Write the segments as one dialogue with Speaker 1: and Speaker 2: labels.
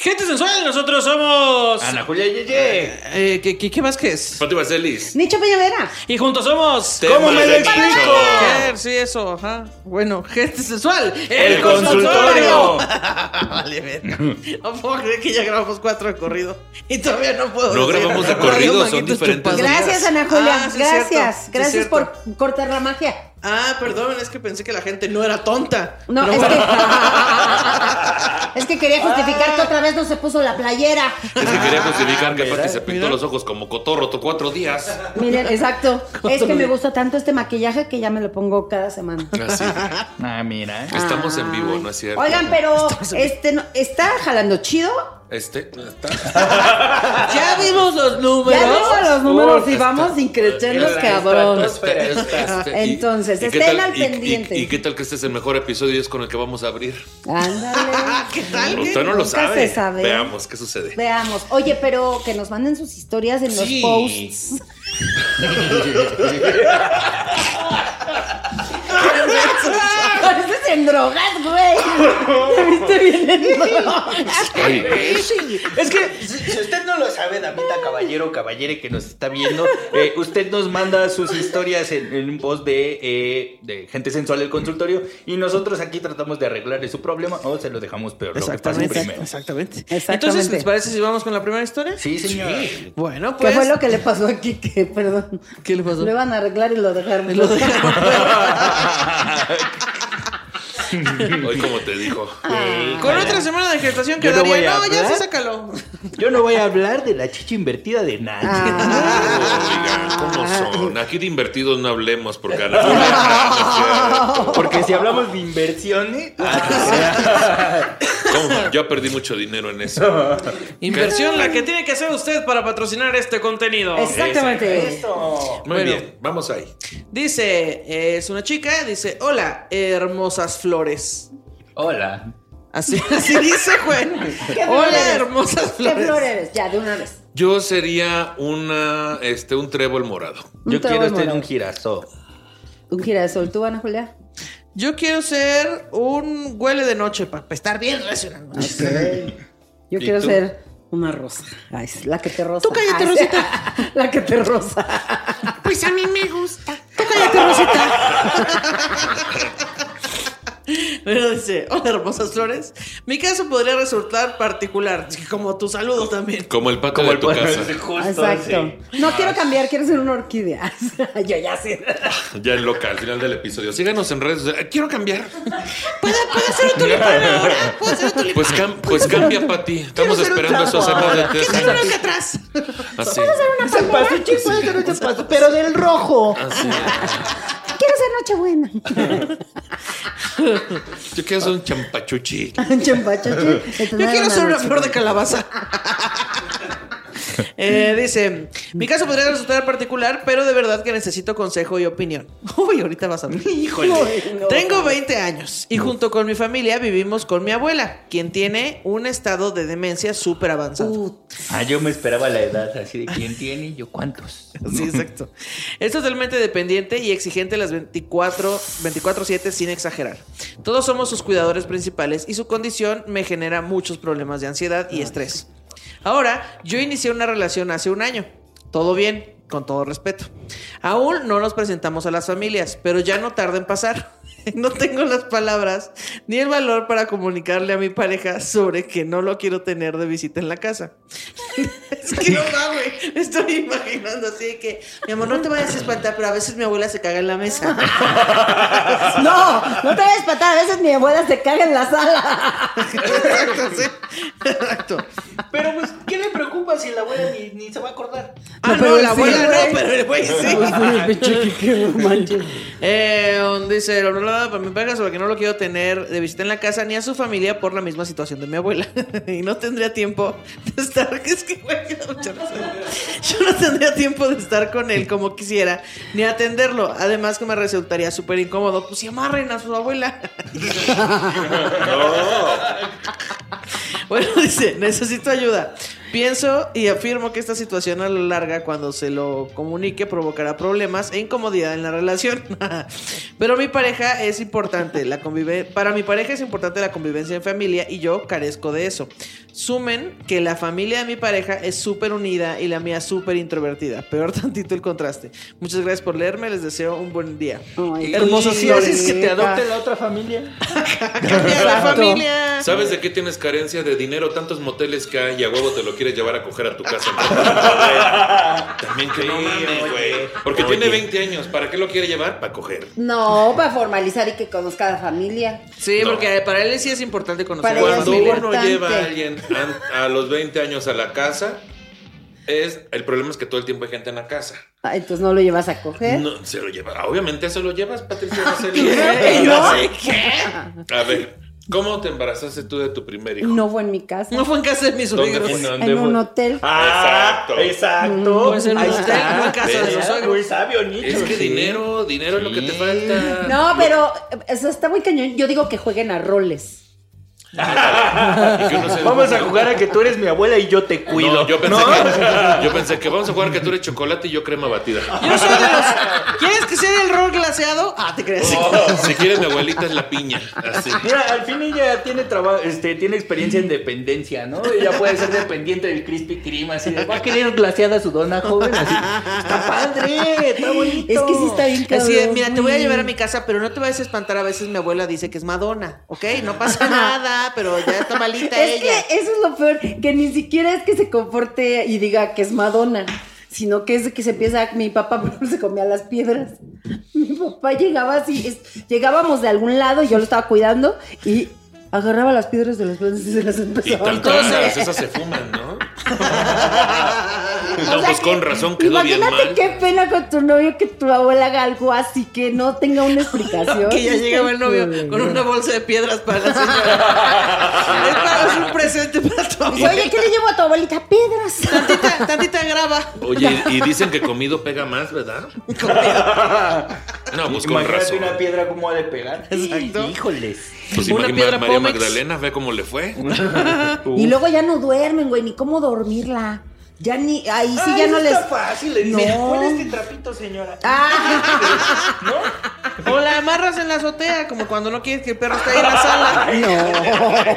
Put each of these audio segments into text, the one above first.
Speaker 1: Gente sensual, nosotros somos.
Speaker 2: Ana Pues, Julia Yeye.
Speaker 1: Eh, ¿qué, qué, qué más que es?
Speaker 2: Fátima Celis.
Speaker 3: Nicho Peñavera.
Speaker 1: Y juntos somos.
Speaker 2: Temas
Speaker 1: ¿Cómo me lo
Speaker 2: de
Speaker 1: explico? Eh,
Speaker 2: explico.
Speaker 1: Sí, eso, ajá. Bueno, gente sensual.
Speaker 2: El consultorio.
Speaker 1: vale, verga. No puedo creer que ya grabamos cuatro de corrido. Y todavía no puedo.
Speaker 2: No
Speaker 1: decir.
Speaker 2: grabamos de
Speaker 1: Radio
Speaker 2: corrido, son
Speaker 1: Manguitos
Speaker 2: diferentes.
Speaker 1: Chupados.
Speaker 3: Gracias, Ana Julia.
Speaker 1: Pues, Ah, sí, es cierto,
Speaker 3: gracias.
Speaker 1: sí, es
Speaker 3: gracias
Speaker 1: cierto.
Speaker 3: por cortar la magia.
Speaker 1: Ah, perdón, es que pensé que la gente no era tonta.
Speaker 3: No,
Speaker 1: Pero
Speaker 3: es
Speaker 1: bueno.
Speaker 3: que. es que quería justificar que otra vez no se puso la playera.
Speaker 2: Es que quería justificar que Pati se pintó los ojos como cotorro por cuatro días.
Speaker 3: Miren, exacto. Es que me gusta tanto este maquillaje que ya me lo pongo cada semana.
Speaker 2: Así.
Speaker 4: Ah, mira. ¿eh?
Speaker 2: Estamos en vivo,
Speaker 3: Ay.
Speaker 2: ¿no es cierto?
Speaker 3: Ah. Oigan, pero este no- está jalando chido.
Speaker 2: Este. está-
Speaker 1: Ya vimos los números.
Speaker 3: Ya vimos los números y vamos
Speaker 2: En
Speaker 3: increchando,
Speaker 2: la
Speaker 3: cabrón.
Speaker 2: estratosfera está este. Y-
Speaker 3: Ah, Entonces,
Speaker 2: ¿y qué
Speaker 3: estén
Speaker 2: tal-
Speaker 3: al
Speaker 2: y- y-
Speaker 3: pendiente.
Speaker 2: ¿Y qué tal que este es el mejor episodio y es con el que vamos a abrir?
Speaker 3: Ándale.
Speaker 1: Oh, ¿Qué tal?
Speaker 2: Usted no lo
Speaker 3: Nunca
Speaker 2: sabe.
Speaker 3: se sabe.
Speaker 2: Veamos qué sucede.
Speaker 3: Veamos. Oye, pero que nos manden sus historias en
Speaker 2: Sí.
Speaker 3: los posts. Pareces en drogas, güey. Te viste bien en drogas.
Speaker 2: Oye,
Speaker 5: Es que si si usted no lo sabe, damita caballero o caballere que nos está viendo, eh, usted nos manda sus historias en, en un post de, eh, de gente sensual del consultorio y nosotros aquí tratamos de arreglar su problema o se lo dejamos peor. Lo que pase
Speaker 1: Exactamente.
Speaker 5: primero.
Speaker 1: Exactamente. Entonces,
Speaker 3: Exactamente.
Speaker 1: ¿les parece si vamos con la primera historia?
Speaker 5: Sí, señor.
Speaker 1: Bueno,
Speaker 3: ¿Qué
Speaker 1: pues.
Speaker 3: fue lo que le pasó aquí? Que, perdón.
Speaker 1: ¿Qué le pasó?
Speaker 3: Lo iban a arreglar y lo dejaron.
Speaker 1: Lo dejaron.
Speaker 2: hoy como te dijo.
Speaker 5: Ah.
Speaker 1: Con otra semana de gestación
Speaker 5: Yo no
Speaker 1: quedaría.
Speaker 5: voy a
Speaker 1: No, ya
Speaker 5: hablar.
Speaker 1: sí, sácalo.
Speaker 5: Yo no voy a hablar de la chicha invertida de nadie.
Speaker 1: Ah.
Speaker 2: Oigan, ¿cómo
Speaker 3: Ah.
Speaker 2: son? Aquí de invertidos no hablemos porque a la no es cierto.
Speaker 5: Porque si hablamos de inversiones, ah,
Speaker 2: ¿Cómo? Yo perdí mucho dinero en eso.
Speaker 1: Inversión
Speaker 3: Ah.
Speaker 1: la que tiene que hacer usted para patrocinar este contenido.
Speaker 3: Exactamente.
Speaker 2: Muy
Speaker 1: Bueno.
Speaker 2: bien, vamos ahí.
Speaker 1: Dice, eh, es una chica, dice, hola, hermosas flores.
Speaker 5: hola.
Speaker 1: Así, así dice, güey.
Speaker 3: ¿Qué flor
Speaker 1: Hola,
Speaker 3: eres?
Speaker 1: hermosas
Speaker 3: ¿Qué
Speaker 1: flores.
Speaker 3: flor eres? Ya, de una vez.
Speaker 2: Yo sería una, este, un trébol morado.
Speaker 5: Yo
Speaker 3: Un trébol
Speaker 5: quiero estar en
Speaker 3: morado.
Speaker 5: un girasol.
Speaker 3: Un girasol. ¿Tú, Ana Julia?
Speaker 1: Yo quiero ser un huele de noche para estar bien racional.
Speaker 2: ¿Y
Speaker 3: Yo quiero
Speaker 2: tú?
Speaker 3: ser una rosa. Ay, es la que te rosa.
Speaker 1: Tú cállate,
Speaker 3: Ay,
Speaker 1: Rosita.
Speaker 3: La que te rosa.
Speaker 1: Pues a mí me gusta.
Speaker 3: Tú cállate, Rosita.
Speaker 1: Pero dice, hola, hermosas flores. Mi caso podría resultar particular, como tu saludo también.
Speaker 2: Como el pato de tu casa.
Speaker 3: Exacto. No quiero cambiar, quiero ser una orquídea. Yo ya sé.
Speaker 2: Ya en loca, al final del episodio. Síganos en redes sociales. Quiero cambiar.
Speaker 1: Puedo ser otro
Speaker 2: Pues, cam- pues cambia, Pati. Estamos
Speaker 1: ser un
Speaker 2: esperando eso hace más de Ah, tres
Speaker 1: libro
Speaker 2: años.
Speaker 1: que atrás.
Speaker 2: Así.
Speaker 5: Se pasó, chis, puede ser un paso, pero del rojo.
Speaker 2: Ah,
Speaker 3: Quiero ser Nochebuena.
Speaker 2: Yo quiero ser un champachuchi.
Speaker 3: Yo
Speaker 1: Yo quiero ser una flor de calabaza. Eh, dice, mi caso podría resultar particular, pero de verdad que necesito consejo y opinión. Uy, ahorita vas a ver. Tengo 20 años y junto con mi familia vivimos con mi abuela, quien tiene un estado de demencia súper avanzado.
Speaker 5: Ah, yo me esperaba la edad así de quién tiene y yo cuántos.
Speaker 1: Sí, exacto. Es totalmente dependiente y exigente las 24, 24-7 sin exagerar. Todos somos sus cuidadores principales y su condición me genera muchos problemas de ansiedad y estrés. Ahora, yo inicié una relación hace un año. Todo bien, con todo respeto. Aún no nos presentamos a las familias, pero ya no tarda en pasar. No tengo las palabras ni el valor para comunicarle a mi pareja sobre que no lo quiero tener de visita en la casa. es que no mames, me estoy imaginando así de que, mi amor, no te vayas a espantar, pero a veces mi abuela se caga en la mesa.
Speaker 3: No, no te vayas a espantar. A veces mi abuela se caga en la sala.
Speaker 1: Exacto, sí. Exacto.
Speaker 5: Pero pues, ¿qué le preocupa si la abuela ni, ni se va a acordar?
Speaker 1: Ah, no,
Speaker 3: pero
Speaker 1: la
Speaker 3: sí,
Speaker 1: abuela
Speaker 3: güey.
Speaker 1: no, pero el güey sí. Eh, un- dice, bla, bla, bla, para mi pareja sobre que no lo quiero tener de visita en la casa ni a su familia por la misma situación de mi abuela. y no tendría tiempo de estar. Es que, güey, me da mucha risa. Yo no tendría tiempo de estar con él como quisiera, ni atenderlo. Además que me resultaría súper incómodo. Pues si amarren a su abuela. Bueno, dice, necesito ayuda. Pienso y afirmo que esta situación a la larga, cuando se lo comunique, provocará problemas e incomodidad en la relación. Pero mi pareja es importante, la convive para mi pareja es importante la convivencia en familia y yo carezco de eso. Sumen que la familia de mi pareja es súper unida y la mía súper introvertida. Peor tantito el contraste. Muchas gracias por leerme, les deseo un buen día. Hermoso,
Speaker 5: Y
Speaker 1: sí,
Speaker 5: haces que te
Speaker 3: Lorena.
Speaker 5: adopte la otra familia.
Speaker 1: ¡Cambia la
Speaker 3: Exacto.
Speaker 1: familia!
Speaker 2: ¿Sabes de qué tienes carencia? De dinero, tantos moteles que hay y a huevo te lo quieres llevar a coger a tu casa. Entonces, También que no
Speaker 5: Sí,
Speaker 2: mames,
Speaker 5: oye,
Speaker 2: güey. Porque
Speaker 5: oye.
Speaker 2: tiene 20 años. ¿Para qué lo quiere llevar? Para coger.
Speaker 3: No, para formalizar y que conozca a la familia.
Speaker 1: Sí,
Speaker 2: No.
Speaker 1: porque para él sí es importante conocer
Speaker 3: Para
Speaker 1: a la
Speaker 3: ella
Speaker 2: Cuando
Speaker 3: sí.
Speaker 1: familia.
Speaker 2: uno
Speaker 3: Importante.
Speaker 2: lleva a alguien an- a los 20 años a la casa, es el problema es que todo el tiempo hay gente en la casa.
Speaker 3: Ah, Entonces no lo llevas a coger.
Speaker 2: No, se lo lleva. Obviamente eso lo llevas, Patricia.
Speaker 1: ¿Qué?
Speaker 2: Araceli.
Speaker 1: ¿Yo? ¿Qué?
Speaker 2: A ver, ¿cómo te embarazaste tú de tu primer hijo?
Speaker 3: No fue en mi casa.
Speaker 1: No fue en casa de mis
Speaker 2: ¿Dónde
Speaker 1: suegros.
Speaker 2: fue?
Speaker 3: en un hotel.
Speaker 5: Ah,
Speaker 2: Exacto.
Speaker 5: Exacto.
Speaker 1: Mm, Puede ser un
Speaker 5: Ahí
Speaker 1: hotel,
Speaker 5: está.
Speaker 1: una casa de los
Speaker 5: ¿Verdad?
Speaker 1: suegros.
Speaker 5: Muy sabio, Nicho.
Speaker 2: Es que
Speaker 5: sí.
Speaker 2: dinero, dinero es lo que te
Speaker 5: Sí.
Speaker 2: falta.
Speaker 3: No, pero eh, eso está muy cañón. Yo digo que jueguen a roles.
Speaker 2: Y que uno se-
Speaker 5: Vamos a jugar a que tú eres mi abuela y yo te cuido.
Speaker 2: No, yo, pensé
Speaker 5: ¿No?
Speaker 2: que, yo pensé que vamos a jugar que tú eres chocolate y yo crema batida.
Speaker 1: Yo soy de los. ¿Quieres que sea del rol glaseado? Ah, te creas.
Speaker 2: Oh. Si quieres, mi abuelita es la piña. Así.
Speaker 5: Mira, al fin ella tiene trabajo, este, tiene experiencia en dependencia, ¿no? Ella puede ser dependiente del Krispy Kreme, así de, va a querer glaseada su dona joven, así. Está padre, está bonito.
Speaker 3: Es que sí está bien cabrón.
Speaker 1: Así de, mira, te voy a
Speaker 3: güey.
Speaker 1: llevar a mi casa, pero no te vayas a espantar. A veces mi abuela dice que es Madonna, ¿ok? No pasa nada, pero ya está malita
Speaker 3: Es
Speaker 1: ella.
Speaker 3: que eso es lo peor, que ni siquiera es que se comporte y diga que es Madonna, sino que es que se empieza, mi papá por ejemplo, se comía las piedras. Mi papá llegaba así, es- llegábamos de algún lado, yo lo estaba cuidando y agarraba las piedras de las plantas y se las
Speaker 2: Y
Speaker 3: empezaba a
Speaker 2: tantas,
Speaker 3: comer.
Speaker 2: esas se fuman, ¿no?
Speaker 3: O
Speaker 2: No,
Speaker 3: sea
Speaker 2: pues
Speaker 3: que
Speaker 2: con razón quedó bien
Speaker 3: imagínate
Speaker 2: mal.
Speaker 3: qué pena con tu novio que tu abuela haga algo así que no tenga una explicación.
Speaker 1: Que ya llegaba el novio con una bolsa de piedras para la señora. es, para- es un presente para tu
Speaker 3: Dice, Oye,
Speaker 1: abuela.
Speaker 3: ¿qué le llevo a tu abuelita? Piedras.
Speaker 1: Tantita, tantita graba.
Speaker 2: Oye, y dicen que comido pega más, ¿verdad? No, pues con
Speaker 5: Imagínate
Speaker 2: razón.
Speaker 5: una piedra cómo ha de pegar.
Speaker 1: Exacto.
Speaker 5: Híjoles.
Speaker 2: Pues
Speaker 1: una piedra
Speaker 2: imagínate María
Speaker 1: Pómex.
Speaker 2: Magdalena, ve cómo le fue.
Speaker 3: Y luego ya no duermen, güey, ni cómo dormirla. Ya ni, ahí sí ya no les.
Speaker 5: Está fácil, le dice,
Speaker 3: No.
Speaker 5: "Pon este trapito, señora.
Speaker 3: Ah,
Speaker 5: ¿No?
Speaker 1: O la amarras en la azotea, como cuando no quieres que el perro esté ahí en la sala.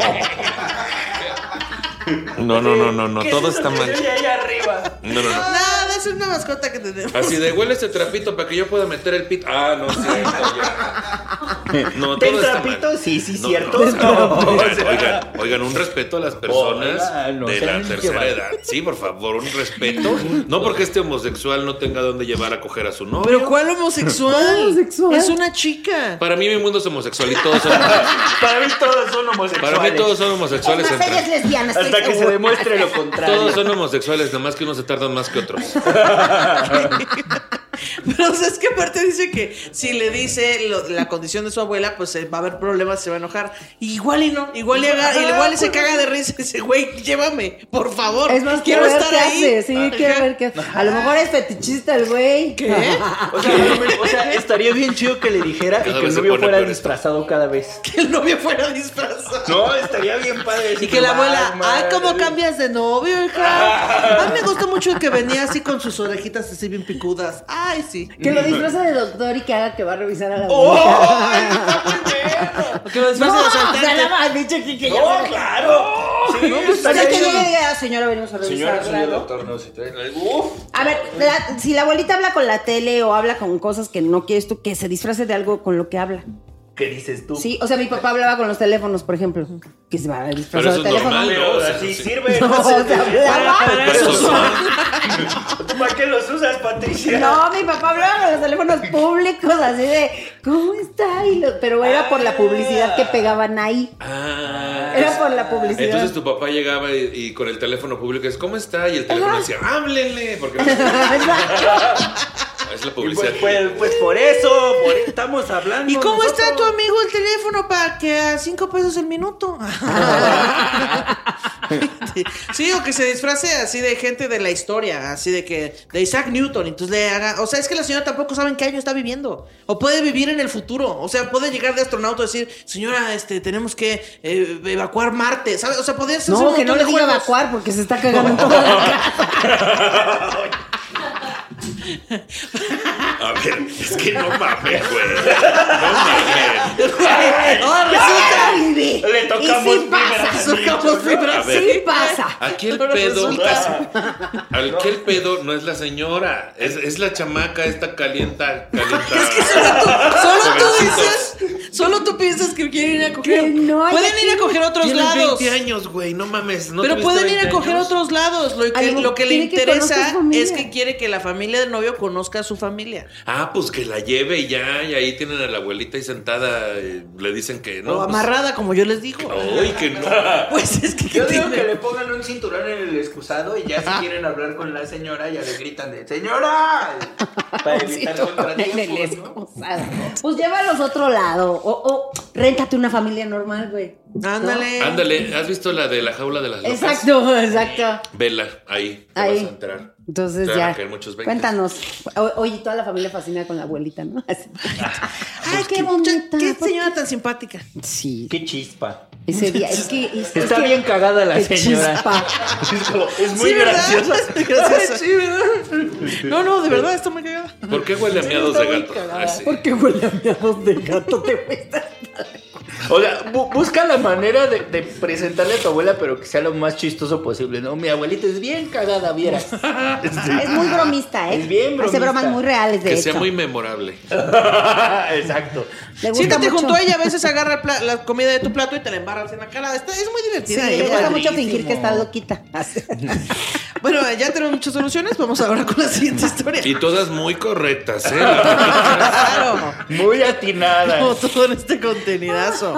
Speaker 2: No, no, no, no, no,
Speaker 5: ¿Qué es
Speaker 2: todo
Speaker 5: eso
Speaker 2: está
Speaker 5: que
Speaker 2: mal.
Speaker 5: se oye ahí arriba.
Speaker 2: No, no, no.
Speaker 1: Nada, es una mascota que tenemos.
Speaker 2: Así de huele este trapito para que yo pueda meter el pito. Ah, no, cierto. ya. No,
Speaker 5: ¿Ten
Speaker 2: todo está mal.
Speaker 5: trapito? Sí, sí,
Speaker 2: No,
Speaker 5: cierto.
Speaker 2: no, no,
Speaker 5: No, o
Speaker 2: oigan,
Speaker 5: sea,
Speaker 2: oigan, oigan, un respeto a las personas
Speaker 5: Oigan, no
Speaker 2: de
Speaker 5: sean
Speaker 2: la tercera
Speaker 5: llevados.
Speaker 2: edad. Sí, por favor, un respeto. No porque este homosexual no tenga dónde llevar a coger a su novio.
Speaker 1: Pero ¿cuál homosexual?
Speaker 3: ¿Cuál homosexual?
Speaker 1: Es una chica.
Speaker 2: Para mí mi mundo es homosexual y todos son
Speaker 5: Para mí todos son homosexuales.
Speaker 2: Para mí todos son
Speaker 3: es
Speaker 2: homosexuales.
Speaker 3: más,
Speaker 2: en
Speaker 3: ella es
Speaker 2: trans.
Speaker 3: lesbiana. estoy
Speaker 5: Hasta que se
Speaker 3: segura.
Speaker 5: demuestre lo contrario.
Speaker 2: Todos son homosexuales, nada más que unos se tardan más que otros.
Speaker 1: Pero o sea, es que aparte dice que si le dice lo- la condición de su abuela, pues eh, va a haber problemas, se va a enojar. Y igual y no, igual y, haga- y igual y se caga de risa y dice, güey, llévame, por favor.
Speaker 3: Es más, quiero, ver qué hace. Sí, quiero ver qué hace. A lo mejor es fetichista el güey.
Speaker 1: ¿Eh?
Speaker 5: O sea, o sea, estaría bien chido que le dijera y
Speaker 2: Cada
Speaker 5: que el
Speaker 2: vez se
Speaker 5: novio
Speaker 2: pone
Speaker 5: fuera
Speaker 2: peor esto.
Speaker 5: disfrazado cada vez.
Speaker 1: Que el novio fuera disfrazado.
Speaker 5: No, estaría bien padre.
Speaker 1: Y que la abuela, ay, ¿cómo cambias de novio, hija? A mí me gusta mucho que venía así con sus orejitas así bien picudas. Ay, sí.
Speaker 3: Que lo disfraza de doctor y que haga que va a revisar a la
Speaker 5: ¡Oh!
Speaker 3: abuelita.
Speaker 5: ¡Está
Speaker 1: pues,
Speaker 5: muy bien!
Speaker 1: Que lo
Speaker 3: No,
Speaker 1: disfrace de
Speaker 3: o sea,
Speaker 1: asaltante.
Speaker 3: la ma- dicho que, que ya.
Speaker 5: ¡No, claro! Sí, pues,
Speaker 3: O sea,
Speaker 5: estaría
Speaker 3: Pues, que
Speaker 5: chido.
Speaker 3: llegue y diga, señora, venimos a revisar. ¿no?
Speaker 5: no, si traen algo.
Speaker 3: A ver, la- si la abuelita habla con la tele o habla con cosas que no quieres tú, que se disfrace de algo con lo que habla.
Speaker 5: ¿Qué dices tú?
Speaker 3: Sí, o sea, mi papá hablaba con los teléfonos, por ejemplo. Que se va a
Speaker 2: Pero
Speaker 3: disfrazar
Speaker 2: eso
Speaker 3: de
Speaker 2: es
Speaker 3: teléfono.
Speaker 2: normal, ¿no?
Speaker 5: Pero
Speaker 2: O sea,
Speaker 5: así
Speaker 2: sí.
Speaker 5: sirve.
Speaker 3: No,
Speaker 5: No,
Speaker 3: o
Speaker 5: sé.
Speaker 3: sea, hablaba.
Speaker 2: Para eso son.
Speaker 5: ¿Para qué los usas,
Speaker 2: ¿eh?
Speaker 5: Patricia?
Speaker 3: No, mi papá hablaba con los teléfonos públicos, así de, ¿cómo está? Y lo- pero era por la publicidad que pegaban ahí.
Speaker 2: Ah.
Speaker 3: Era por la publicidad.
Speaker 2: Entonces tu papá llegaba y, y con el teléfono público es ¿cómo está? Y el teléfono decía, háblenle, porque es la
Speaker 5: Y
Speaker 2: publicidad.
Speaker 5: Pues, pues, pues por eso, por eso estamos hablando.
Speaker 1: ¿Y cómo está tu
Speaker 5: nosotros.
Speaker 1: amigo el teléfono para que a cinco pesos el minuto? sí, o que se disfrace así de gente de la historia, así de que de Isaac Newton, entonces le haga, o sea, es que la señora tampoco sabe en qué año está viviendo, o puede vivir en el futuro, o sea, puede llegar de astronauta y decir, señora, este, tenemos que eh, evacuar Marte, ¿sabe? O sea, podría ser
Speaker 3: No, que no le diga evacuar porque se está cagando en toda la casa.
Speaker 2: A ver, es que no mames, güey. No
Speaker 1: Oh,
Speaker 2: mames.
Speaker 3: Ahora resulta, Libby.
Speaker 5: Le tocamos
Speaker 3: y sí
Speaker 5: fibra
Speaker 3: pasa,
Speaker 5: también,
Speaker 3: tocamos
Speaker 5: ¿no?
Speaker 3: fibra,
Speaker 2: A ver.
Speaker 3: sí pasa.
Speaker 2: Aquí el
Speaker 1: Pero
Speaker 2: pedo.
Speaker 1: resulta-
Speaker 2: Aquí el pedo no es la señora, es, es la chamaca esta calienta, calienta.
Speaker 1: Es que solo tú, solo tú
Speaker 2: Jovencitos.
Speaker 1: dices, solo tú piensas que quieren ir a coger.
Speaker 3: Que no hay
Speaker 1: Pueden
Speaker 3: aquí.
Speaker 1: ir a coger a otros
Speaker 2: Tienes
Speaker 1: lados.
Speaker 2: 20 años, güey, no mames. ¿no
Speaker 1: pero
Speaker 2: tuviste
Speaker 1: pueden ir a
Speaker 2: 20
Speaker 1: coger a
Speaker 2: años?
Speaker 1: otros lados. Lo que,
Speaker 3: Ay, no,
Speaker 1: lo que le
Speaker 3: quiere que conozca
Speaker 1: interesa
Speaker 3: su familia.
Speaker 1: es que quiere que la familia del novio conozca a su familia.
Speaker 2: Ah, pues que la lleve y ya, y ahí tienen a la abuelita ahí sentada, eh, le dicen que no.
Speaker 1: o
Speaker 2: pues-
Speaker 1: amarrada, como yo les digo.
Speaker 2: Ay, que no.
Speaker 1: Pues es que.
Speaker 5: Yo
Speaker 1: ¿qué
Speaker 5: digo
Speaker 1: tiene?
Speaker 5: que le pongan un cinturón en el excusado y ya si quieren hablar con la señora ya le gritan de ¡Señora! Para evitar
Speaker 3: En el
Speaker 5: contratiempos, ¿no?
Speaker 3: excusado. Pues llévalos a otro lado. O, o réntate una familia normal, güey. ¿No?
Speaker 1: Ándale.
Speaker 2: Ándale, ¿has visto la de la jaula de las locas?
Speaker 3: Exacto, exacto.
Speaker 2: Vela, ahí te
Speaker 3: Ahí.
Speaker 2: vas a enterar.
Speaker 3: Entonces
Speaker 2: Te van a
Speaker 3: ya.
Speaker 2: caer muchos veintes.
Speaker 3: Cuéntanos. O- Oye, toda la familia fascina con la abuelita, ¿no? Así. Ay, qué bonita.
Speaker 1: ¿Qué señora tan simpática?
Speaker 3: Sí.
Speaker 5: ¡Qué chispa!
Speaker 3: Ese día. Es que. es que-
Speaker 5: Está
Speaker 3: es que-
Speaker 5: bien cagada la
Speaker 3: qué
Speaker 5: señora.
Speaker 3: chispa.
Speaker 5: Es, como- es muy
Speaker 1: Sí, ¿verdad?
Speaker 5: graciosa.
Speaker 1: Es graciosa. Sí, ¿verdad? No, no, de verdad, está muy cagada.
Speaker 2: ¿Por qué huele a miados de gato? Ah, Así.
Speaker 3: ¿Por qué huele a miados de gato? Te fuiste.
Speaker 5: O sea, bu- busca la manera de, de presentarle a tu abuela, pero que sea lo más chistoso posible, ¿no? Mi abuelita es bien cagada, vieras.
Speaker 3: Es muy bromista, ¿eh?
Speaker 5: Es bien
Speaker 3: Hace
Speaker 5: bromista.
Speaker 3: bromas muy reales, de
Speaker 2: Que
Speaker 3: hecho.
Speaker 2: sea muy memorable.
Speaker 5: Exacto.
Speaker 3: Le gusta
Speaker 1: Siéntate
Speaker 3: mucho-
Speaker 1: junto a ella, a veces agarra el pla- la comida de tu plato y te la embarras en la cara. Está- es muy
Speaker 3: Sí,
Speaker 1: divertida.
Speaker 3: le
Speaker 1: ella.
Speaker 3: gusta mucho
Speaker 5: padrísimo.
Speaker 3: fingir que está loquita.
Speaker 1: Bueno, ya tenemos muchas soluciones. Vamos ahora con la siguiente historia.
Speaker 2: Y todas muy correctas, ¿eh? La-
Speaker 1: Claro.
Speaker 5: Muy atinada.
Speaker 1: Como todo en este contenidazo.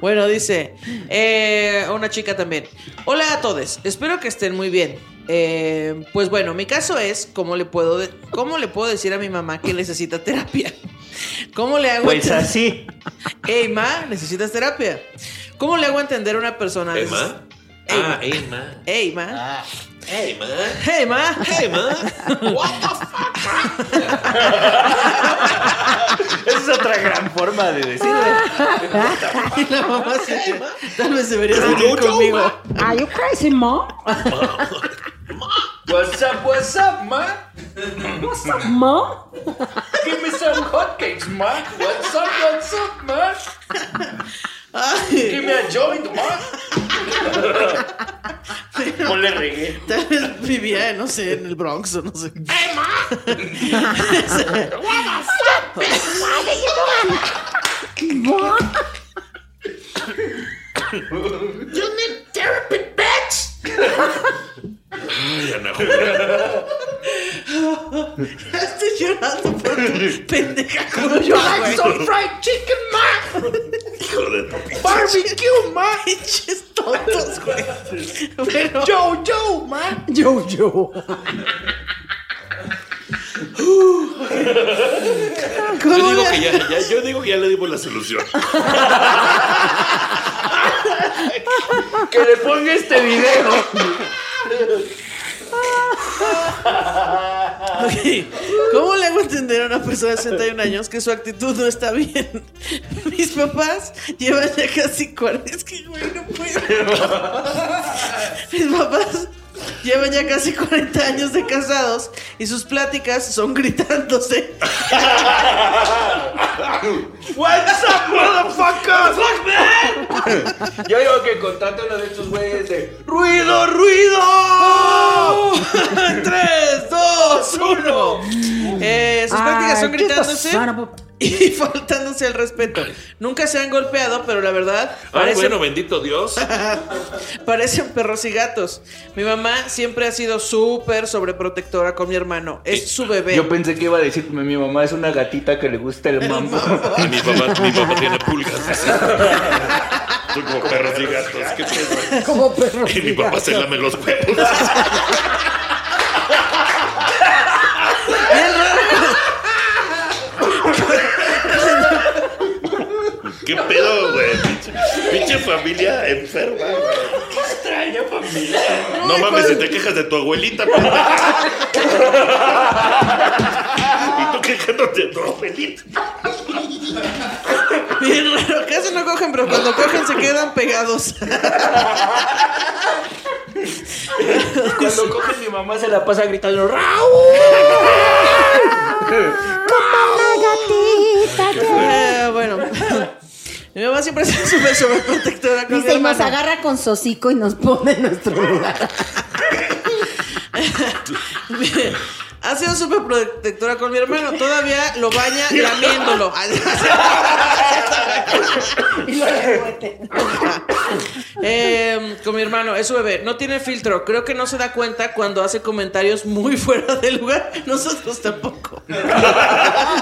Speaker 1: Bueno, dice eh, una chica también. Hola a todos, espero que estén muy bien. Eh, pues bueno, mi caso es cómo le puedo de- cómo le puedo decir a mi mamá que necesita terapia. ¿Cómo le hago?
Speaker 5: Pues
Speaker 1: enten-
Speaker 5: así.
Speaker 1: Ey, ma, necesitas terapia. ¿Cómo le hago entender a una persona? de-
Speaker 2: ¿Emma? Ah, Emma.
Speaker 1: Ey, ma.
Speaker 5: Ah,
Speaker 2: Emma.
Speaker 1: Hey, ma.
Speaker 2: Hey, ma. What the fuck,
Speaker 5: esa es otra gran forma de decirlo.
Speaker 1: Y la mamá así que, Tal vez deberías venir
Speaker 2: Yo,
Speaker 1: conmigo.
Speaker 2: ma.
Speaker 3: ¿Are you crazy, mom?
Speaker 5: What's up, what's up, ma?
Speaker 3: ¿Mom?
Speaker 5: Give me some hotcakes, ma. What's up, what's up, ma?
Speaker 1: Ay.
Speaker 5: Give me a joint, ma. Ponle reggae.
Speaker 1: Tal vez vivía, eh, no sé, en el Bronx o no sé.
Speaker 3: ¿Mom?
Speaker 2: Ay, Ana Julia.
Speaker 1: Ya Estoy llorando por tu pendeja como yo, güey.
Speaker 5: fried chicken, ma.
Speaker 2: Hijo de tu pi-
Speaker 5: Barbecue, ma.
Speaker 1: Pinches tontos, güey. Pero,
Speaker 5: Yo, yo, ma.
Speaker 3: Yo, yo.
Speaker 2: Yo
Speaker 1: ¿cómo
Speaker 2: digo
Speaker 1: le-
Speaker 2: que ya, ya- yo digo que ya le dimos la solución.
Speaker 5: Que le ponga este video.
Speaker 1: Ok. ¿Cómo le hago entender a una persona de 61 años que su actitud no está bien? Mis papás llevan ya casi 40. Es que, güey, no puedo. Mis papás llevan ya casi 40 años de casados y sus pláticas son gritándose.
Speaker 5: What's up, motherfucker? Fuck, man. Yo digo que contrate uno de estos güeyes de ruido, ruido.
Speaker 1: Eh, 3, 2, 1. sus prácticas son gritándose. y faltándose el respeto. Nunca se han golpeado, pero la verdad
Speaker 2: Ah,
Speaker 1: parece
Speaker 2: bueno, bendito Dios.
Speaker 1: Parecen perros y gatos. Mi mamá siempre ha sido súper sobreprotectora con mi hermano. Es su bebé.
Speaker 5: Yo pensé que iba a decir, mi mi mamá es una gatita que le gusta el mambo.
Speaker 2: Y mi papá, mi papá tiene pulgas. Son como perros y gatos. ¿Qué pedo?
Speaker 3: Como perro.
Speaker 2: y mi papá se lame los huevos.
Speaker 1: Bien raro.
Speaker 2: ¿Qué pedo, güey? Pinche, pinche familia enferma, güey. Qué extraña familia. No mames, si te quejas de tu abuelita, pendeja. Y tú quejándote de tu abuelita.
Speaker 1: Bien raro. Casi no cogen, pero cuando cogen se quedan pegados.
Speaker 5: Cuando coge mi mamá se la pasa gritando, ¡Raúl!
Speaker 1: Eh, bueno. Mi mamá siempre ha sido súper sobreprotectora con mi
Speaker 3: Dice, y nos
Speaker 1: hermano.
Speaker 3: agarra con sosico y nos pone en nuestro lugar.
Speaker 1: Ha sido súper protectora con mi hermano. Todavía lo baña lamiéndolo.
Speaker 3: Y lo recuete.
Speaker 1: Eh, con mi hermano, es su bebé. No tiene filtro. Creo que no se da cuenta cuando hace comentarios muy fuera de lugar. Nosotros tampoco.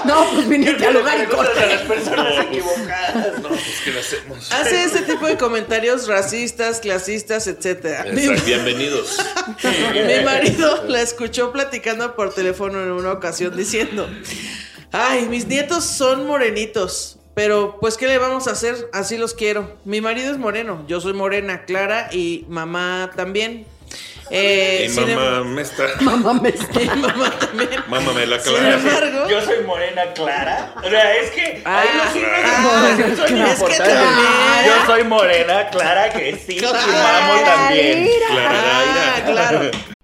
Speaker 3: No, pues viniste al lugar y corta.
Speaker 5: las personas
Speaker 2: pues,
Speaker 5: equivocadas. No, pues ¿qué le hacemos?
Speaker 1: Hace ese tipo de comentarios racistas, clasistas, etcétera. Mi,
Speaker 2: Exacto, Bienvenidos.
Speaker 1: mi marido la escuchó platicando por teléfono en una ocasión diciendo: Ay, mis nietos son morenitos. Pero, pues, ¿qué le vamos a hacer? Así los quiero. Mi marido es moreno, yo soy morena, Clara y mamá también. Eh,
Speaker 2: Y
Speaker 1: sin em-
Speaker 2: mamá me está.
Speaker 3: Mamá me está.
Speaker 1: y mamá también.
Speaker 2: Mamá me la
Speaker 1: Sin
Speaker 2: clara.
Speaker 1: embargo,
Speaker 5: Yo soy morena clara. O sea, es que ahí
Speaker 1: Ah,
Speaker 5: no sirve
Speaker 1: ah,
Speaker 5: de
Speaker 1: es que
Speaker 5: información importante.
Speaker 1: también.
Speaker 5: Yo soy morena clara que sí,
Speaker 1: Clara.
Speaker 5: y mamo también.
Speaker 1: Ah,
Speaker 2: Clara,
Speaker 1: claro.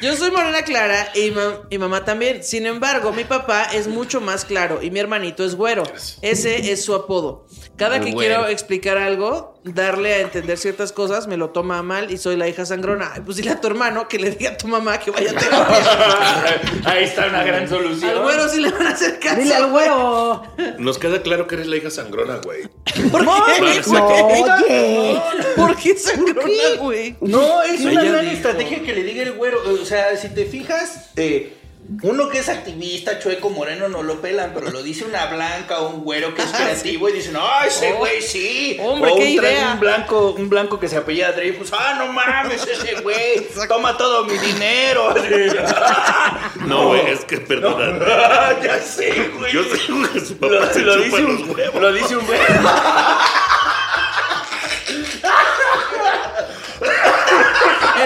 Speaker 1: Yo soy morena clara y, ma- y mamá también. Sin embargo, mi papá es mucho más claro y mi hermanito es güero. Ese es su apodo. Cada que
Speaker 5: Güero.
Speaker 1: quiero explicar algo, darle a entender ciertas cosas, me lo toma a mal y soy la hija sangrona. Ay, Pues dile a tu hermano que le diga a tu mamá que vaya a terapia.
Speaker 5: Ahí está una gran
Speaker 1: Al
Speaker 5: solución.
Speaker 1: güero sí le van a hacer caso.
Speaker 3: Dile al güero.
Speaker 2: Nos queda claro que eres la hija sangrona, güey.
Speaker 1: ¿Por qué?
Speaker 2: No,
Speaker 3: Oye.
Speaker 1: ¿Por qué sangrona, güey?
Speaker 5: No, es una
Speaker 2: Ella
Speaker 5: gran
Speaker 2: dijo.
Speaker 5: estrategia que le diga el güero. O sea, si te fijas, eh, uno que es activista, chueco, moreno, no lo pelan, pero lo dice una blanca o un güero que es creativo y dicen, ¡ay, ese
Speaker 1: Oh.
Speaker 5: güey sí!
Speaker 1: Hombre,
Speaker 5: o
Speaker 1: qué
Speaker 5: un, tra-
Speaker 1: idea.
Speaker 5: Un blanco, un blanco que se apellida Dreyfus, ¡ah, no mames, ese güey! ¡Toma todo mi dinero!
Speaker 2: No, güey, es que perdona.
Speaker 5: ya sé, güey.
Speaker 2: Yo sé que su
Speaker 5: Lo,
Speaker 2: papá se
Speaker 5: lo
Speaker 2: chupa
Speaker 5: dice
Speaker 2: los
Speaker 5: un,
Speaker 2: huevos.
Speaker 5: lo dice un güey.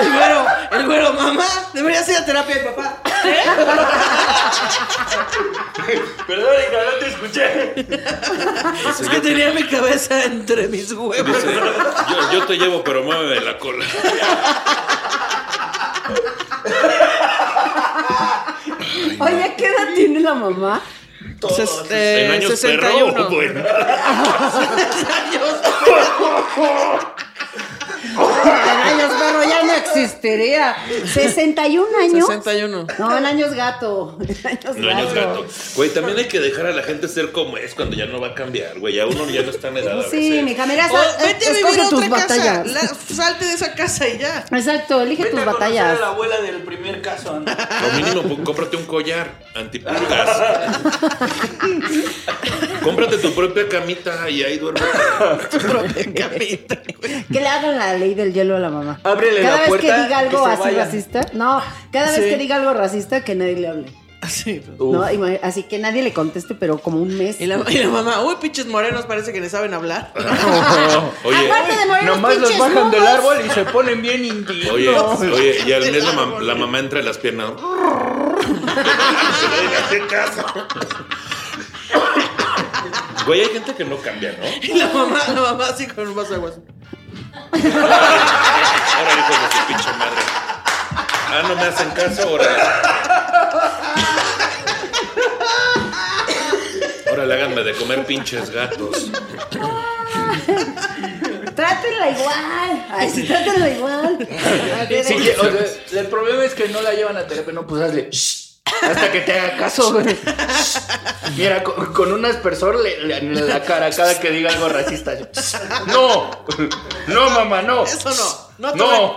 Speaker 1: El güero, el güero, mamá, deberías ir a terapia de papá.
Speaker 5: Perdón, no, no te escuché.
Speaker 1: Es que tenía mi cabeza entre mis huevos.
Speaker 2: Yo, yo te llevo, pero muéveme la cola.
Speaker 3: Oye, ¿qué edad tiene la mamá?
Speaker 1: Ses- eh,
Speaker 2: En años
Speaker 1: 61.
Speaker 2: perro, güey.
Speaker 1: años.
Speaker 3: Ay, los perros ya no existen. cisterea. 61 años.
Speaker 1: 61.
Speaker 3: No, en años gato. En años
Speaker 2: No, años
Speaker 3: gato.
Speaker 2: gato. Güey, también hay que dejar a la gente ser como es cuando ya no va a cambiar, güey. Ya uno ya no está en edad. a
Speaker 3: Sí,
Speaker 2: veces.
Speaker 3: mi mira,
Speaker 1: O
Speaker 3: sal-
Speaker 1: vete a vivir
Speaker 3: Eh, escoge
Speaker 1: a
Speaker 3: tus
Speaker 1: otra casa.
Speaker 3: batallas.
Speaker 1: La- salte de esa casa y ya.
Speaker 3: Exacto, elige
Speaker 5: Vete
Speaker 3: tus
Speaker 5: a conocer a
Speaker 3: batallas.
Speaker 5: la abuela del primer caso. ¿no?
Speaker 2: Lo mínimo, pues, cómprate un collar antipulgas. cómprate tu propia camita y ahí duerme.
Speaker 3: Que le hagan la ley del hielo a la mamá.
Speaker 5: Ábrele
Speaker 3: cada
Speaker 5: la
Speaker 3: vez
Speaker 5: puerta,
Speaker 3: que diga algo
Speaker 5: que se
Speaker 3: así
Speaker 5: vaya.
Speaker 3: racista. No, cada
Speaker 1: Sí.
Speaker 3: vez que diga algo racista, que nadie le hable.
Speaker 1: Sí.
Speaker 3: ¿no? Ima- Así que nadie le conteste, pero como un mes.
Speaker 1: Y la, y la mamá, uy, pinches morenos, parece que le saben hablar.
Speaker 2: Oye,
Speaker 3: Aparte de morir,
Speaker 5: Nomás los
Speaker 3: pinches
Speaker 5: bajan del
Speaker 3: mudos.
Speaker 5: árbol y se ponen bien indios.
Speaker 2: oye, oye, y al
Speaker 1: del
Speaker 2: mes la, mam-
Speaker 1: árbol.
Speaker 2: la mamá entra en las piernas. Se le caso. Güey, hay gente que no cambia, ¿no?
Speaker 1: Y la mamá, la mamá así con un vaso de agua. así.
Speaker 2: Ahora hijos de su pinche madre. Ah, no me hacen caso, ahora. Ahora le háganme de comer pinches gatos.
Speaker 3: Trátenla igual. Ay, sí, trátenla igual.
Speaker 5: Sí, que, o sea, el problema es que no la llevan a terapia, no, pues hazle "Shh", hasta que te haga caso, güey. "Shh". Mira, con, con un aspersor le, le- en la cara cada que diga algo racista. yo, "Shh". No, no, mamá, no.
Speaker 1: Eso no, no te
Speaker 5: No,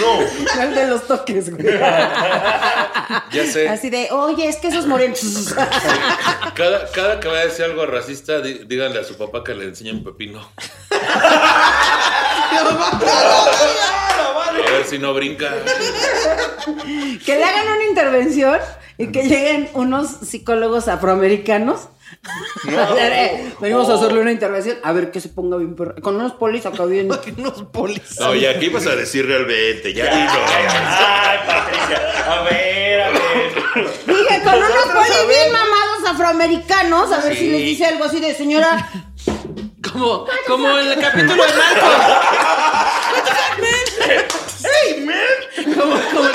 Speaker 2: No,
Speaker 3: Al de los toques, güey.
Speaker 2: ya sé.
Speaker 3: Así de, oye, es que esos morenos.
Speaker 2: Cada, cada que vaya a decir algo racista, di- díganle a su papá que le enseñe un pepino.
Speaker 1: La mamá,
Speaker 2: A ver si no brinca.
Speaker 3: que le hagan una intervención y que lleguen unos psicólogos afroamericanos. A ver, eh, venimos a hacerle una intervención. A ver que se ponga bien perra- Con unos polis acá bien.
Speaker 1: que unos polis.
Speaker 2: No, y aquí vas a decir realmente, ya dilo.
Speaker 5: Ay, Patricia, a ver, a ver.
Speaker 3: Dije, con unos polis bien mamados afroamericanos. A ver si les dice algo así de señora.
Speaker 1: Como, como en el capítulo de Marco. Como, como,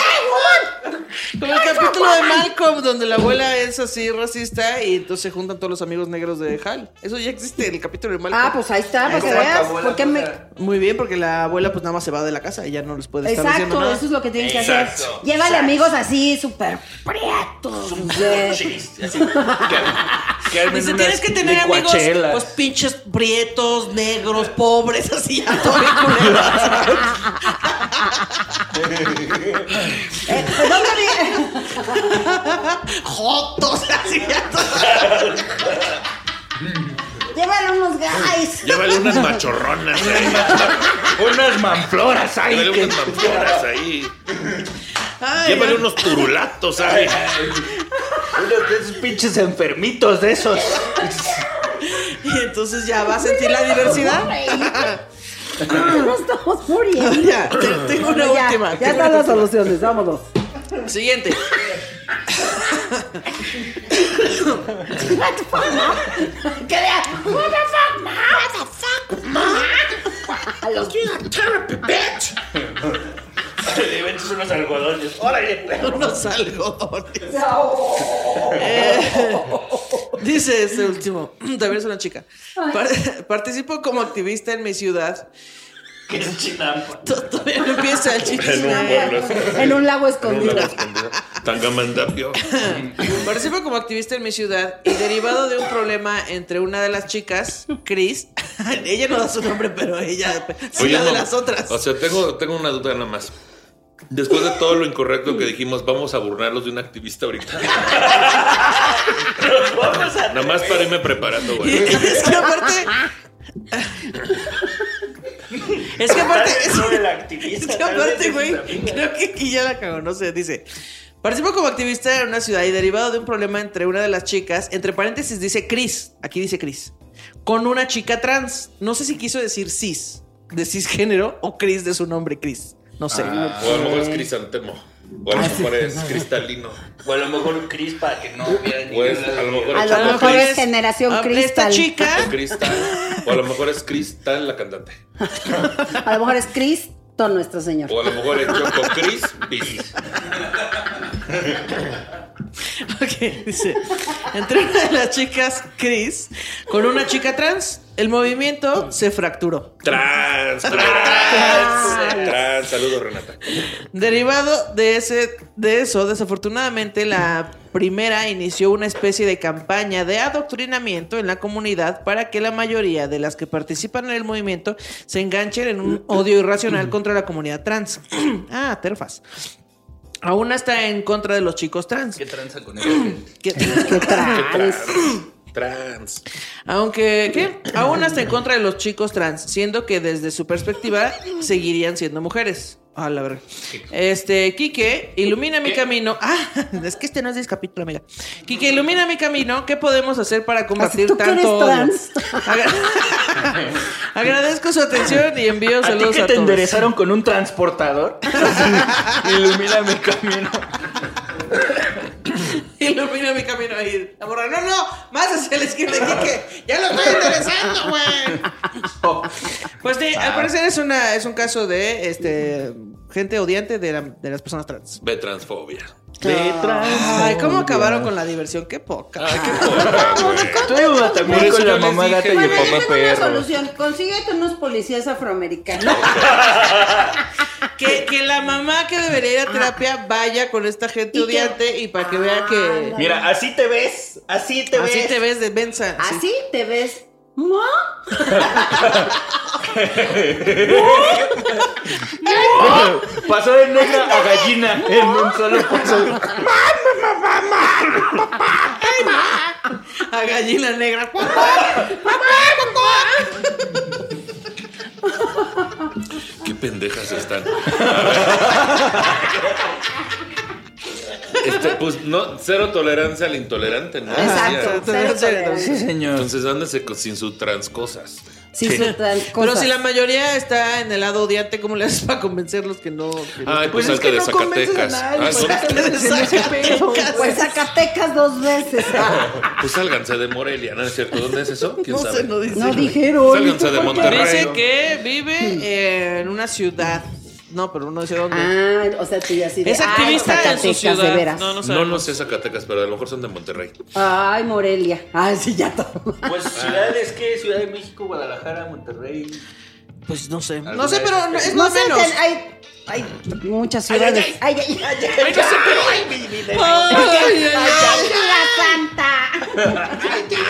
Speaker 1: como el capítulo de Malcolm, donde la abuela es así racista y entonces se juntan todos los amigos negros de Hal. Eso ya existe en el capítulo de Malcolm.
Speaker 3: Ah, pues ahí está, para que
Speaker 5: ¿Cómo
Speaker 3: veas.
Speaker 5: acabó la
Speaker 3: Porque me.
Speaker 5: cosa?
Speaker 1: Muy bien, porque la abuela pues nada más se va de la casa y ya no les puede estar diciendo
Speaker 3: Exacto,
Speaker 1: nada.
Speaker 3: eso es lo que tienen que hacer.
Speaker 5: Exacto,
Speaker 3: Llévale amigos así, súper prietos. Este, de-
Speaker 5: Chis, así. Que- que armen
Speaker 1: Dice,
Speaker 5: unas
Speaker 1: tienes que tener amigos,
Speaker 5: licuachelas.
Speaker 1: pues pinches prietos, negros, pobres, así a todo bien culero.
Speaker 3: Eh, ¿pues ¿Dónde vi-
Speaker 1: jotos, así a todo.
Speaker 3: Llévale unos guys.
Speaker 2: Llévale unas machorronas ahí.
Speaker 5: Unas manfloras ahí.
Speaker 2: Llévale
Speaker 5: que-
Speaker 2: unas mamporas ahí.
Speaker 1: Ay,
Speaker 2: Llévale unos turulatos ahí.
Speaker 5: Unos de esos pinches enfermitos de esos.
Speaker 1: Y entonces ya va a sentir la diversidad.
Speaker 3: Nos Ah, estamos muriendo.
Speaker 1: Ya, te- tengo una
Speaker 3: Bueno, ya,
Speaker 1: última.
Speaker 3: Ya
Speaker 1: tengo
Speaker 3: están
Speaker 1: una
Speaker 3: las soluciones, vámonos.
Speaker 1: última. Siguiente.
Speaker 3: Que vea, what the fuck, ma? What the fuck, ma? A los
Speaker 5: Le vendes unos algodones. Órale.
Speaker 1: Unos algodones. Eh, dice este último. También es una chica. Par- participo como activista en mi ciudad.
Speaker 5: Que es chinampa.
Speaker 1: To- Todavía no empieza el chiste.
Speaker 2: En un pueblo así.
Speaker 3: En un lago
Speaker 2: En un
Speaker 3: escondido.
Speaker 2: lago escondido. Tangamandapio.
Speaker 1: Participo como activista en mi ciudad y derivado de un problema entre una de las chicas, Chris, ella no da su nombre, pero ella sí
Speaker 2: Oye,
Speaker 1: la de
Speaker 2: no,
Speaker 1: las otras.
Speaker 2: O sea, tengo, tengo una duda nada más. Después de todo lo incorrecto que dijimos, vamos a burlarlos de un activista ahorita. Nada más para irme preparando,
Speaker 1: Y
Speaker 2: güey.
Speaker 1: es que aparte. Es que aparte. Es, es que aparte, güey. Creo que aquí ya la cagó, no sé. Dice. Participo como activista en una ciudad y derivado de un problema entre una de las chicas, entre paréntesis dice Chris, aquí dice Chris, con una chica trans. No sé si quiso decir cis, de cisgénero o Chris de su nombre, Chris. No sé.
Speaker 2: O a lo mejor es crisantemo. O a lo mejor es cristalino.
Speaker 5: O a lo mejor Cris para que no vean.
Speaker 2: Pues, a lo mejor-
Speaker 3: A
Speaker 2: Pero
Speaker 3: lo
Speaker 2: como
Speaker 3: mejor
Speaker 1: Chris-
Speaker 3: es generación
Speaker 1: Ah, Esta
Speaker 3: cristal.
Speaker 2: O
Speaker 1: chica.
Speaker 2: cristal. O a lo mejor es cristal la cantante.
Speaker 3: A lo mejor es Cristo nuestro Señor.
Speaker 2: O a lo mejor es Choco Cris Bis.
Speaker 1: Ok, que dice, entre una de las chicas, Chris, con una chica trans, el movimiento se fracturó.
Speaker 2: Trans, trans, trans. Saludos, Renata.
Speaker 1: Derivado de, ese, de eso, desafortunadamente, la primera inició una especie de campaña de adoctrinamiento en la comunidad para que la mayoría de las que participan en el movimiento se enganchen en un odio irracional contra la comunidad trans. ah, terfas. Aún está en contra de los chicos trans.
Speaker 5: ¿Qué tranza con eso?
Speaker 1: Que-
Speaker 2: Trans, trans.
Speaker 1: Aunque, ¿qué? Aún hasta en contra de los chicos trans, siendo que desde su perspectiva seguirían siendo mujeres. Ah, la verdad. Este, Quique, ilumina mi camino. Ah, es que este no es de capítulo, amiga. Quique, ilumina mi camino. ¿Qué podemos hacer para combatir
Speaker 3: Así tú que
Speaker 1: tanto odio?
Speaker 3: eres
Speaker 1: Agra- Agradezco su atención y envío
Speaker 5: ¿A ti
Speaker 1: saludos
Speaker 5: que
Speaker 1: a
Speaker 5: te
Speaker 1: todos.
Speaker 5: enderezaron con un transportador? Ilumina mi camino.
Speaker 1: Ilumina mi camino ahí. La morra, no, no, más hacia la izquierda, Quique. Ya lo estoy enderezando, güey.
Speaker 5: Oh.
Speaker 1: Pues sí, al parecer es una, es un caso de este gente odiante de, la- de las personas trans.
Speaker 2: De transfobia.
Speaker 1: Ay, ¿cómo acabaron con la diversión? Qué poca.
Speaker 5: Tú
Speaker 2: Por
Speaker 5: también
Speaker 2: eso
Speaker 5: con la
Speaker 2: yo les
Speaker 5: mamá
Speaker 2: dije.
Speaker 5: gata y el
Speaker 3: Bueno, yo
Speaker 5: papá
Speaker 3: tengo una
Speaker 5: perro.
Speaker 3: solución. Consíguete unos policías afroamericanos.
Speaker 1: Que, que la mamá que debería ir a terapia vaya con esta gente
Speaker 3: Y que-
Speaker 1: odiante y para que vea que
Speaker 3: Ah,
Speaker 5: Mira, así te ves. Así te
Speaker 1: así
Speaker 5: ves.
Speaker 1: te ves de venza.
Speaker 3: Así te ves. ¿No?
Speaker 5: Oh. Pasó de negra a gallina en un solo paso.
Speaker 1: A gallina negra.
Speaker 2: Qué pendejas están. Este, pues no, cero tolerancia al intolerante, ¿no? Decía.
Speaker 3: Exacto. Ah, cero
Speaker 5: Sí,
Speaker 3: tolerancia.
Speaker 5: señor.
Speaker 2: Entonces ándese con- sin su trans cosas.
Speaker 3: Sí, son tan
Speaker 1: Pero
Speaker 3: cosas.
Speaker 1: si la mayoría está en el lado odiante, ¿cómo le haces para convencerlos que no? que no?
Speaker 2: Ay, pues, salte de Zacatecas. Ah, son-
Speaker 3: Pues Zacatecas dos veces. Ah,
Speaker 2: pues sálganse de Morelia, ¿no es cierto? ¿Dónde es eso? ¿Quién
Speaker 1: No
Speaker 2: sabe?
Speaker 1: sé, no dice.
Speaker 3: No dijeron.
Speaker 2: Sálganse de Monterrey.
Speaker 1: Dice que vive en una ciudad. No, pero no sé dónde.
Speaker 3: Ah, o sea, tú ya sí de,
Speaker 1: es
Speaker 3: ay,
Speaker 1: activista en su
Speaker 3: Zacatecas,
Speaker 1: ciudad.
Speaker 3: de veras.
Speaker 1: No, no
Speaker 2: No,
Speaker 1: sabemos.
Speaker 2: no sé Zacatecas, pero a lo mejor son de Monterrey.
Speaker 3: Ay, Morelia. Ay, sí, ya todo.
Speaker 5: Pues ciudades que Ciudad de México, Guadalajara, Monterrey.
Speaker 1: Pues no sé. No
Speaker 5: Alguna
Speaker 1: sé,
Speaker 5: de
Speaker 1: pero
Speaker 5: esas
Speaker 1: no- es
Speaker 3: No
Speaker 1: más
Speaker 3: sé,
Speaker 1: menos.
Speaker 3: ten- hay, hay muchas ciudades. Ay, ay, ay.
Speaker 5: Ay, no sé, pero ay, mi vida.
Speaker 1: Ay, ay, ay.
Speaker 3: Ay, la santa!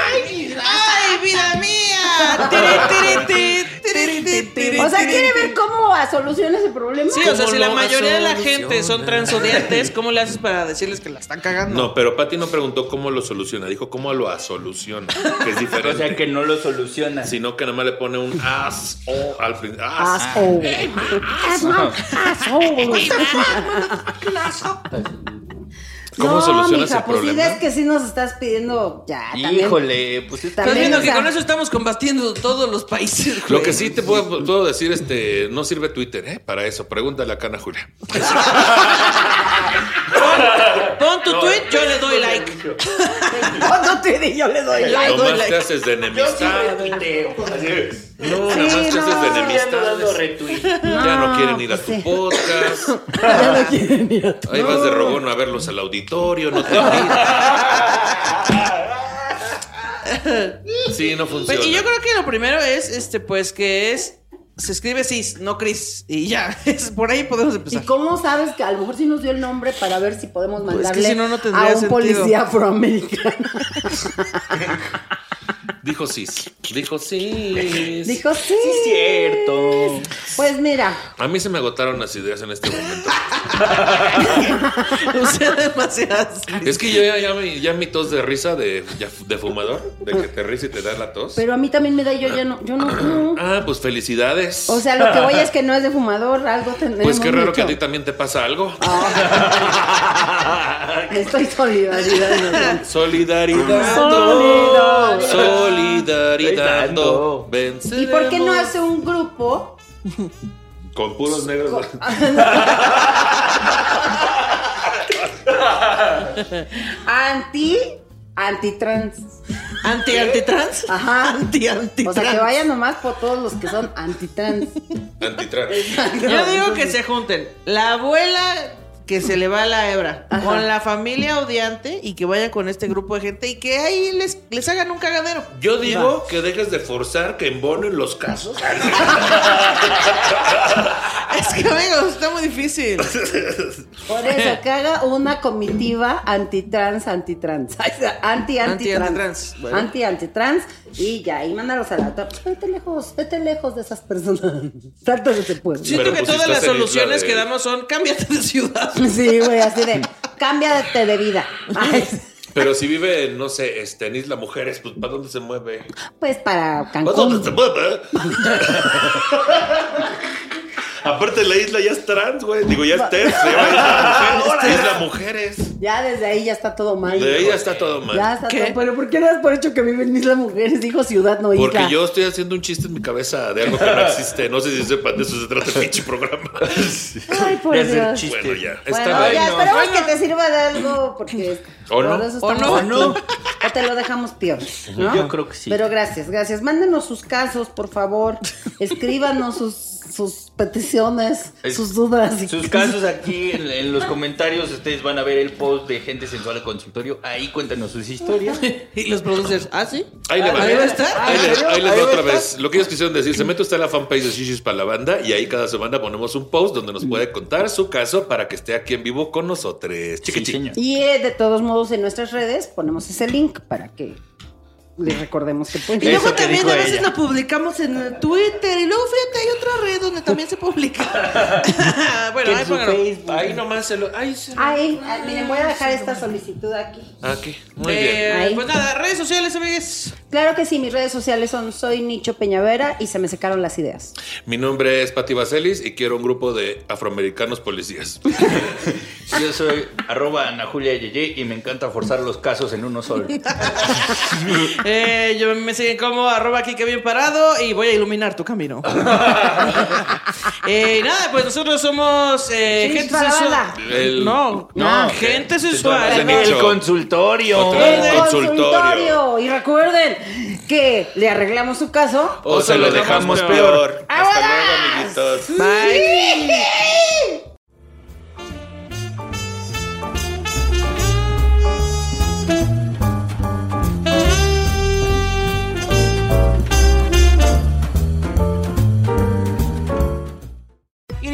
Speaker 1: ¡Ay, vida mía! Tiri, tiri, tiri, tiri, tiri,
Speaker 3: O sea,
Speaker 1: tiri,
Speaker 3: ¿quiere
Speaker 1: tiri.
Speaker 3: ver cómo a- soluciona ese problema?
Speaker 1: Sí, o sea,
Speaker 2: ¿Cómo
Speaker 1: si la
Speaker 2: lo
Speaker 1: mayoría de la
Speaker 2: soluciona?
Speaker 1: gente son transodiantes, ¿cómo le haces para decirles que la están cagando?
Speaker 2: No, pero Pati no preguntó cómo lo soluciona, dijo cómo lo asoluciona, que es diferente.
Speaker 5: O sea que no lo soluciona.
Speaker 2: Sino que nada más le pone un as o al principio. As.
Speaker 3: Asshole. Asshole.
Speaker 2: ¿Cómo
Speaker 3: no,
Speaker 2: soluciona
Speaker 3: mija,
Speaker 2: ese
Speaker 3: pues
Speaker 2: problema?
Speaker 3: Si ves que sí nos estás pidiendo ya también.
Speaker 5: Híjole, pues es
Speaker 1: Estás
Speaker 3: también,
Speaker 1: viendo
Speaker 3: o
Speaker 1: que
Speaker 3: sea-
Speaker 1: con eso estamos combatiendo todos los países. güey.
Speaker 2: Lo que sí te puedo, puedo decir, este, no sirve Twitter, ¿eh? Para eso. Pregúntale a Cana Julia.
Speaker 1: Pon tu tweet, yo le doy like.
Speaker 3: No, no te di, yo le doy like.
Speaker 2: Nomás
Speaker 1: like.
Speaker 2: te haces de enemistad. No, nada
Speaker 3: Sí,
Speaker 2: más te haces de
Speaker 3: no.
Speaker 2: enemistad. Ya no quieren ir a tu
Speaker 3: pues sí.
Speaker 2: podcast.
Speaker 3: Ya no quieren ir a tu-
Speaker 2: Ahí vas de rogón a verlos al auditorio, no te miras. Sí, no
Speaker 1: Pues,
Speaker 2: funciona.
Speaker 1: y yo creo que lo primero es, este, pues, que es. Se escribe cis, no Chris. Y ya, es, por ahí podemos
Speaker 3: ¿Y
Speaker 1: empezar.
Speaker 3: cómo sabes que a lo mejor sí nos dio el nombre para ver si podemos
Speaker 1: que
Speaker 3: mandarle
Speaker 1: si no, no tendría
Speaker 3: a un
Speaker 1: sentido.
Speaker 3: policía afroamericano?
Speaker 2: Dijo cis. Dijo cis.
Speaker 3: Dijo, sí.
Speaker 5: Sí, cierto.
Speaker 3: Pues mira,
Speaker 2: A mí se me agotaron las ideas en este momento.
Speaker 1: Usé demasiadas.
Speaker 2: Es que yo ya, ya mi, ya mi tos de risa de, ya fu- de fumador, de que te ríes y te da la tos.
Speaker 3: pero a mí también me da y yo ya no, yo no fumo.
Speaker 2: Ah, pues felicidades.
Speaker 3: O sea, lo que voy es que no es de fumador, algo tendremos
Speaker 2: pues qué raro que a ti
Speaker 3: mucho. Ah,
Speaker 2: también te pasa algo.
Speaker 3: Estoy solidaridad.
Speaker 2: Solidaridad. Solidaridad.
Speaker 5: Solidaridad.
Speaker 2: Venceremos.
Speaker 3: ¿Y por qué no hace un grupo?
Speaker 2: Con puros negros.
Speaker 3: Anti, antitrans.
Speaker 1: Anti-antitrans.
Speaker 3: Ajá.
Speaker 1: Anti-antitrans.
Speaker 3: O sea, que vayan nomás por todos los que son antitrans.
Speaker 2: Antitrans.
Speaker 1: Yo digo que se junten. La abuela que se le va la hebra
Speaker 3: Ajá.
Speaker 1: con la familia odiante y que vaya con este grupo de gente y que ahí les, les hagan un cagadero.
Speaker 2: Yo digo que dejes de forzar que embonen los casos.
Speaker 1: Es que, amigos, está muy difícil.
Speaker 2: pues,
Speaker 3: Por eso, que haga una comitiva antitrans, antitrans. Anti-antitrans.
Speaker 1: Anti-antitrans, bueno.
Speaker 3: Anti-antitrans. Y ya, y mándalos a la torre. Vete lejos, vete lejos de esas personas. Trata de ese pueblo.
Speaker 2: Sí.
Speaker 1: Siento
Speaker 2: Pero
Speaker 1: que
Speaker 2: pusiste
Speaker 1: todas las
Speaker 2: feliz la
Speaker 1: soluciones
Speaker 2: de-
Speaker 1: que damos son cámbiate de ciudad.
Speaker 3: Sí, güey, así de. Cámbiate de vida. Ay,
Speaker 2: Pero si vive, en, no sé, este, en Isla Mujeres, pues ¿para dónde se mueve?
Speaker 3: Pues para
Speaker 2: ¿Para dónde se
Speaker 3: Cancún.
Speaker 2: mueve? Aparte la isla ya es trans, güey. Digo, ya es trans. Se llama Isla Mujeres. Isla
Speaker 3: Ya desde ahí ya está todo mal.
Speaker 2: Mujeres. De ella
Speaker 3: hijo.
Speaker 2: está todo
Speaker 3: Ya
Speaker 2: mal.
Speaker 3: está
Speaker 1: ¿Qué?
Speaker 3: todo. Pero ¿por qué no das por hecho que viven Isla Mujeres? Dijo ciudad, no isla.
Speaker 2: Porque yo estoy haciendo un chiste en mi cabeza de algo que no existe. No sé si sepan de eso se trata el pinche programa.
Speaker 3: Ay, por
Speaker 5: de hacer
Speaker 3: Dios.
Speaker 5: chistes.
Speaker 2: Bueno, ya.
Speaker 3: Bueno,
Speaker 2: Está bien.
Speaker 3: ya
Speaker 5: no.
Speaker 3: esperemos que te sirva de algo porque
Speaker 2: O no.
Speaker 3: por eso
Speaker 1: O
Speaker 3: estamos
Speaker 1: no.
Speaker 3: aquí. O te lo dejamos peor. ¿no?
Speaker 5: Yo creo que sí.
Speaker 3: Pero gracias, gracias. Mándenos sus casos, por favor. Escríbanos sus, sus peticiones,
Speaker 5: Es-
Speaker 3: sus dudas. y-
Speaker 5: Sus casos aquí en, en los comentarios, ustedes van a ver el post de Gente Sensual al Consultorio. Ahí cuéntanos sus historias.
Speaker 1: Y los producers, ¿ah, sí?
Speaker 2: Ahí le va.
Speaker 1: Ahí va a estar.
Speaker 2: Ahí, le- ahí les
Speaker 1: Ahí
Speaker 2: va
Speaker 1: va a
Speaker 2: otra
Speaker 1: estar.
Speaker 2: vez. Lo que ellos quisieron decir, se mete usted a la fanpage de Shishis para la banda y ahí cada semana ponemos un post donde nos puede contar su caso para que esté aquí en vivo con nosotros. Chiqui,
Speaker 5: Sí,
Speaker 2: chiqui.
Speaker 5: señor.
Speaker 3: Y eh, de todos modos en nuestras redes ponemos ese link para que les recordemos que pueden.
Speaker 1: Y luego
Speaker 5: Eso que
Speaker 1: también
Speaker 5: dijo
Speaker 1: a veces
Speaker 5: ella.
Speaker 1: lo publicamos en Twitter. Y luego fíjate, hay otra red donde también se publica. bueno,
Speaker 5: Que
Speaker 1: ahí
Speaker 5: en su
Speaker 1: pónganlo.
Speaker 5: Facebook.
Speaker 1: Ahí nomás se lo. Ahí se lo-
Speaker 3: Ay, ay, miren, voy a dejar esta solicitud aquí.
Speaker 2: Ah, ok. Muy
Speaker 1: Eh,
Speaker 2: bien.
Speaker 3: Ahí.
Speaker 1: Pues nada, redes sociales, amigues.
Speaker 3: Claro que sí, mis redes sociales son Soy Nicho Peñavera y se me secaron las ideas.
Speaker 2: Mi nombre es Pati Vaselis y quiero un grupo de afroamericanos policías.
Speaker 5: Yo soy arroba Ana Julia Yeye y me encanta forzar los casos en uno solo.
Speaker 1: Eh, yo me siguen como arroba aquí que bien parado y voy a iluminar tu camino. eh, y nada, pues nosotros somos eh,
Speaker 3: Sí,
Speaker 1: gente
Speaker 3: para la
Speaker 1: sensual.
Speaker 3: banda.
Speaker 2: El-
Speaker 1: no,
Speaker 5: No,
Speaker 1: gente
Speaker 5: El
Speaker 1: sensual.
Speaker 2: de nicho.
Speaker 5: consultorio.
Speaker 2: Otra vez.
Speaker 3: el
Speaker 2: consultorio.
Speaker 3: consultorio. Y recuerden que le arreglamos su caso.
Speaker 5: O se lo dejamos peor.
Speaker 3: Ah,
Speaker 2: Hasta luego, amiguitos.
Speaker 1: Bye.
Speaker 4: It